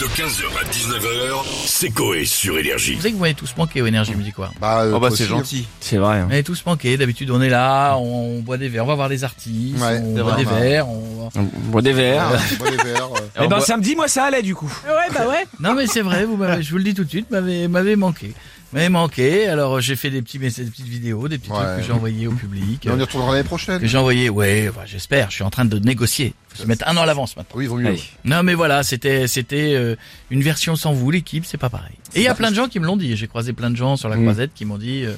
De 15h à 19h, c'est Coé sur Énergie. Vous savez que vous m'avez tous manqué aux énergies musicales. Bah, euh, Oh bah toi c'est aussi. gentil. C'est vrai. hein. Vous m'avez tous manqué. D'habitude, on est là, on, boit des verres, on va voir les artistes, Ouais, on c'est boit vrai. des verres. On... On boit des Ouais, verres. on boit des verres, euh. Eh On ben boit- samedi, moi ça allait du coup. Ouais, bah ouais. Non, mais c'est vrai, vous m'avez, je vous le dis tout de suite, m'avez, m'avez manqué. Vous M'avez manqué. Alors, j'ai fait des petits messages, des petites vidéos, des petits Ouais. trucs que j'ai envoyés au public. Et on y euh, retournera l'année prochaine. Que j'ai envoyé, ouais, enfin, j'espère, je suis en train de négocier. Faut se mettre un an à l'avance maintenant. Ah Oui, vaut mieux. Allez. Non mais voilà, c'était c'était euh, une version sans vous l'équipe, c'est pas pareil. Et il y a plein de gens qui me l'ont dit. J'ai croisé plein de gens sur la Mm. croisette qui m'ont dit euh,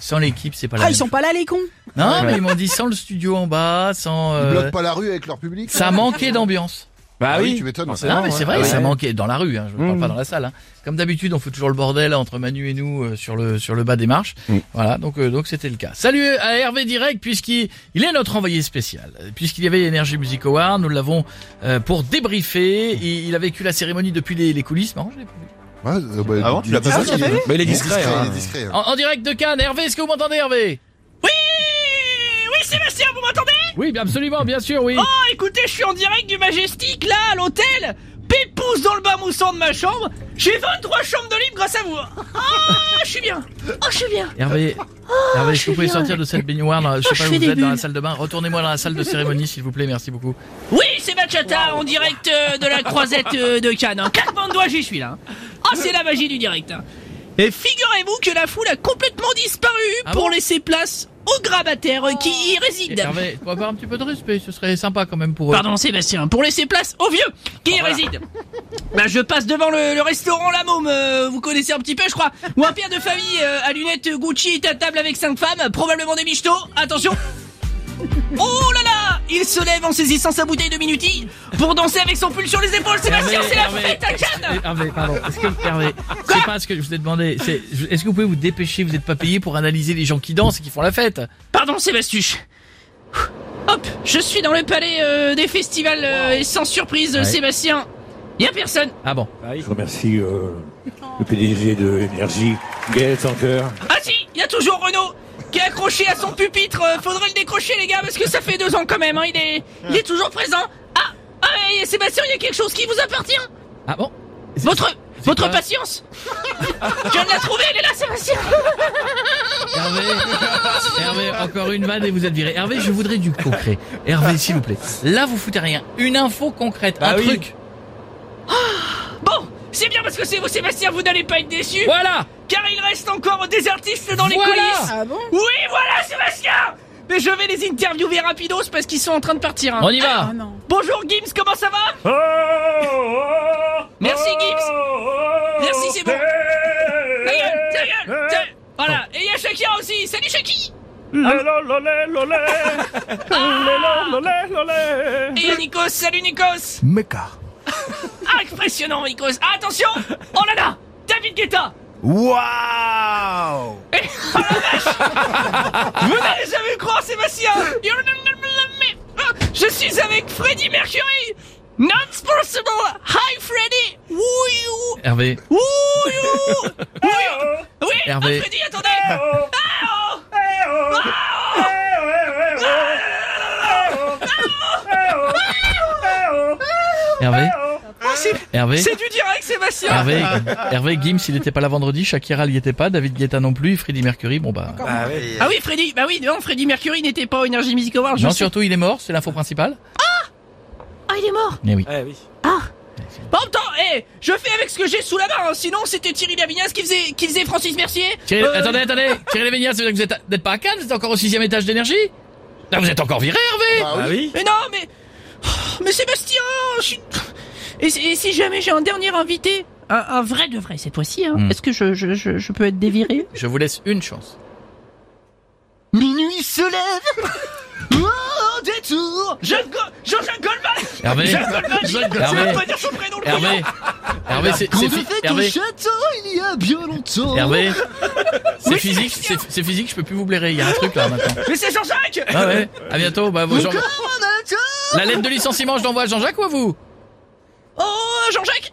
sans l'équipe c'est pas la Ah, même ils sont chose. pas là, les cons. Non mais ils m'ont dit sans le studio en bas, sans Ils euh, bloquent pas la rue avec leur public. hein. ça manquait d'ambiance. Bah Ah Mmh. oui, oui. tu m'étonnes. Forcément, Non mais c'est ouais. vrai, Ouais. ça manquait dans la rue. Hein, je ne parle Mm. pas dans la salle. hein. Comme d'habitude, on fout toujours le bordel entre Manu et nous euh, sur le sur le bas des marches. Mmh. Mm. Voilà donc euh, donc c'était le cas. Salut à Hervé Direct puisqu'il il est notre envoyé spécial Euh, puisqu'il y avait Energy Music Award, nous l'avons euh, pour débriefer. Il, il a vécu la cérémonie depuis les, les coulisses. Marrant, je l'ai pas vu. Ouais, euh, bah, Ah bon, dis- tu l'as pas dis- vu, dis- tu l'as dis- Mais il est dis- discret. hein. il est discret. En, en direct de Cannes, Hervé, est-ce que vous m'entendez, Hervé Oui Oui Sébastien, vous m'entendez Oui, bien, absolument, bien sûr, oui. Oh écoutez, je suis en direct du Majestic là à l'hôtel Pépouze dans le bain moussant de ma chambre J'ai 23 chambres de libre grâce à vous Ah je suis bien Oh je suis bien Hervé, Hervé, est-ce que Oh, je vous pouvez suis sortir de cette baignoire là, Je sais Oh, pas je où fais vous des êtes dans la bulles. salle de bain. Retournez-moi dans la salle de cérémonie, s'il vous plaît, merci beaucoup. Oui c'est Bachata en direct euh, de la croisette euh, de Cannes hein. Claquement de doigts j'y suis là hein. Ah c'est la magie du direct hein. Et figurez-vous que la foule a complètement disparu Ah pour bon laisser place aux grabataires euh, qui y résident Hervé, on va avoir un petit peu de respect, ce serait sympa quand même pour eux. Pardon Sébastien, pour laisser place aux vieux qui y résident. Bah je passe devant le, le restaurant La Môme, euh, vous connaissez un petit peu je crois. Ou un père de famille euh, à lunettes Gucci est à table avec cinq femmes, probablement des michetots, attention Oh là là Il se lève en saisissant sa bouteille de Minuti pour danser avec son pull sur les épaules, Sébastien, c'est la fête à Cannes Eh, Hervé, pardon, est-ce que Hervé, c'est pas ce que je vous ai demandé. c'est- je- Est-ce que vous pouvez vous dépêcher Vous n'êtes pas payé pour analyser les gens qui dansent et qui font la fête. Pardon Sébastuche Hop, je suis dans le palais euh, des festivals euh, et sans surprise euh, Ouais. Sébastien, y a personne Ah bon. Je remercie euh, le PDG de Énergie, Gaël Tanker. Ah si, il y a toujours Renault qui est accroché à son pupitre. Euh, Faudrait le décrocher les gars parce que ça fait deux ans quand même. hein. Il est, il est toujours présent. Ah, ah et Sébastien, il y a quelque chose qui vous appartient. Ah bon Votre, c'est votre quoi patience. Je viens de la trouver. Elle est là, Sébastien. Hervé, Hervé, encore une vanne et vous êtes viré. Hervé, je voudrais du concret. Hervé, s'il vous plaît. Là, vous foutez rien. Une info concrète, Bah un oui. truc. Ah. Bon, c'est bien parce que c'est vous, Sébastien. Vous n'allez pas être déçu. Voilà. Car il reste encore des artistes dans les Voilà. coulisses. Ah bon Oui, voilà, Sébastien. Mais je vais les interviewer rapidos parce qu'ils sont en train de partir. hein. On y va. Ah non. Bonjour Gims, comment ça va Merci Gibbs Merci, c'est bon Ta gueule, ta gueule, ta- Voilà, et il y a Shakira aussi Salut Shaki Ah. Et il y a Nikos, salut Nikos Mecha. Ah, Impressionnant Nikos Ah, Attention Oh là là David Guetta Waouh Vous n'avez jamais croire Sébastien Ah, Je suis avec Freddie Mercury Not possible Hi Freddy Woo you Hervé, Ouh, ouh, ouh. Oui, Hervé. ah, Freddy, attendez Ah, oh. Ah, Hervé, oh. C'est- Hervé, C'est du direct, Sébastien Hervé, Hervé Gims, il n'était pas là vendredi, Shakira n'y était pas, David Guetta non plus, Freddie Mercury, bon bah. Ah oui, Freddy, bah oui, non, Freddy Mercury n'était pas au Energy Music Award, je Non, sais. surtout, il est mort, c'est l'info principale. Ah, il est mort Mais oui. Ouais, oui. Bon, attends, hé, eh, je fais avec ce que j'ai sous la main, hein, sinon c'était Thierry Lavignas qui faisait, qui faisait Francis Mercier Thierry, Euh, attendez, attendez, Thierry Lévignas, ça veut dire que vous êtes- n'êtes pas à Cannes, vous êtes encore au sixième étage d'énergie Là, vous êtes encore viré, Hervé Ah Ah oui. oui. Mais non, mais... Oh, Mais Sébastien, je suis... Et, si- et si jamais j'ai un dernier invité un, un vrai de vrai cette fois-ci, hein. Hmm. Est-ce que je, je, je, je peux être déviré Je vous laisse une chance. Minuit se lève Oh, détour Jean- Go- Jean-Jacques Goldman Hervé. Jean-Jacques Goldman Jean-Jacques Ça veut Hervé. pas dire son prénom, le Hervé, couillon. Hervé, c'est c'est fi- Hervé, château hein, il y a bien longtemps. Hervé, c'est Oui, physique, c'est Sébastien. c'est physique, je peux plus vous blairer, il y a un truc là maintenant. Mais c'est Jean-Jacques Ah ouais, à bientôt, bah vous, Jean- La lettre de licenciement, je l'envoie à Jean-Jacques ou à vous Oh, Jean-Jacques